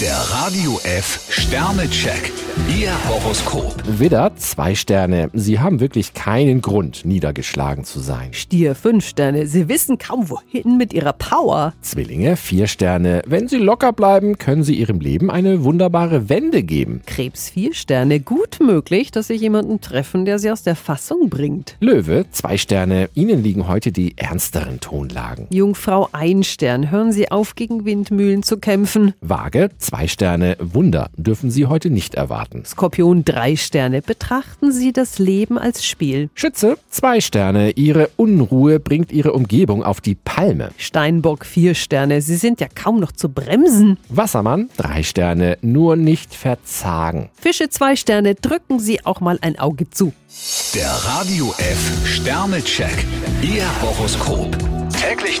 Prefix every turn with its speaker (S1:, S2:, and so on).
S1: Der Radio F Sternecheck. Ihr Horoskop.
S2: Widder, zwei Sterne. Sie haben wirklich keinen Grund, niedergeschlagen zu sein.
S3: Stier, fünf Sterne. Sie wissen kaum wohin mit ihrer Power.
S2: Zwillinge, vier Sterne. Wenn Sie locker bleiben, können Sie Ihrem Leben eine wunderbare Wende geben.
S3: Krebs, vier Sterne. Gut möglich, dass Sie jemanden treffen, der Sie aus der Fassung bringt.
S2: Löwe, zwei Sterne. Ihnen liegen heute die ernsteren Tonlagen.
S3: Jungfrau, ein Stern. Hören Sie auf, gegen Windmühlen zu kämpfen.
S2: Waage, zwei Sterne. Wunder dürfen Sie heute nicht erwarten.
S3: Skorpion, drei Sterne. Betrachten Sie das Leben als Spiel.
S2: Schütze, zwei Sterne. Ihre Unruhe bringt Ihre Umgebung auf die Palme.
S3: Steinbock, vier Sterne. Sie sind ja kaum noch zu bremsen.
S2: Wassermann, drei Sterne. Nur nicht verzagen.
S3: Fische, zwei Sterne. Drücken Sie auch mal ein Auge zu.
S1: Der Radio F Sternecheck. Ihr Horoskop. Täglich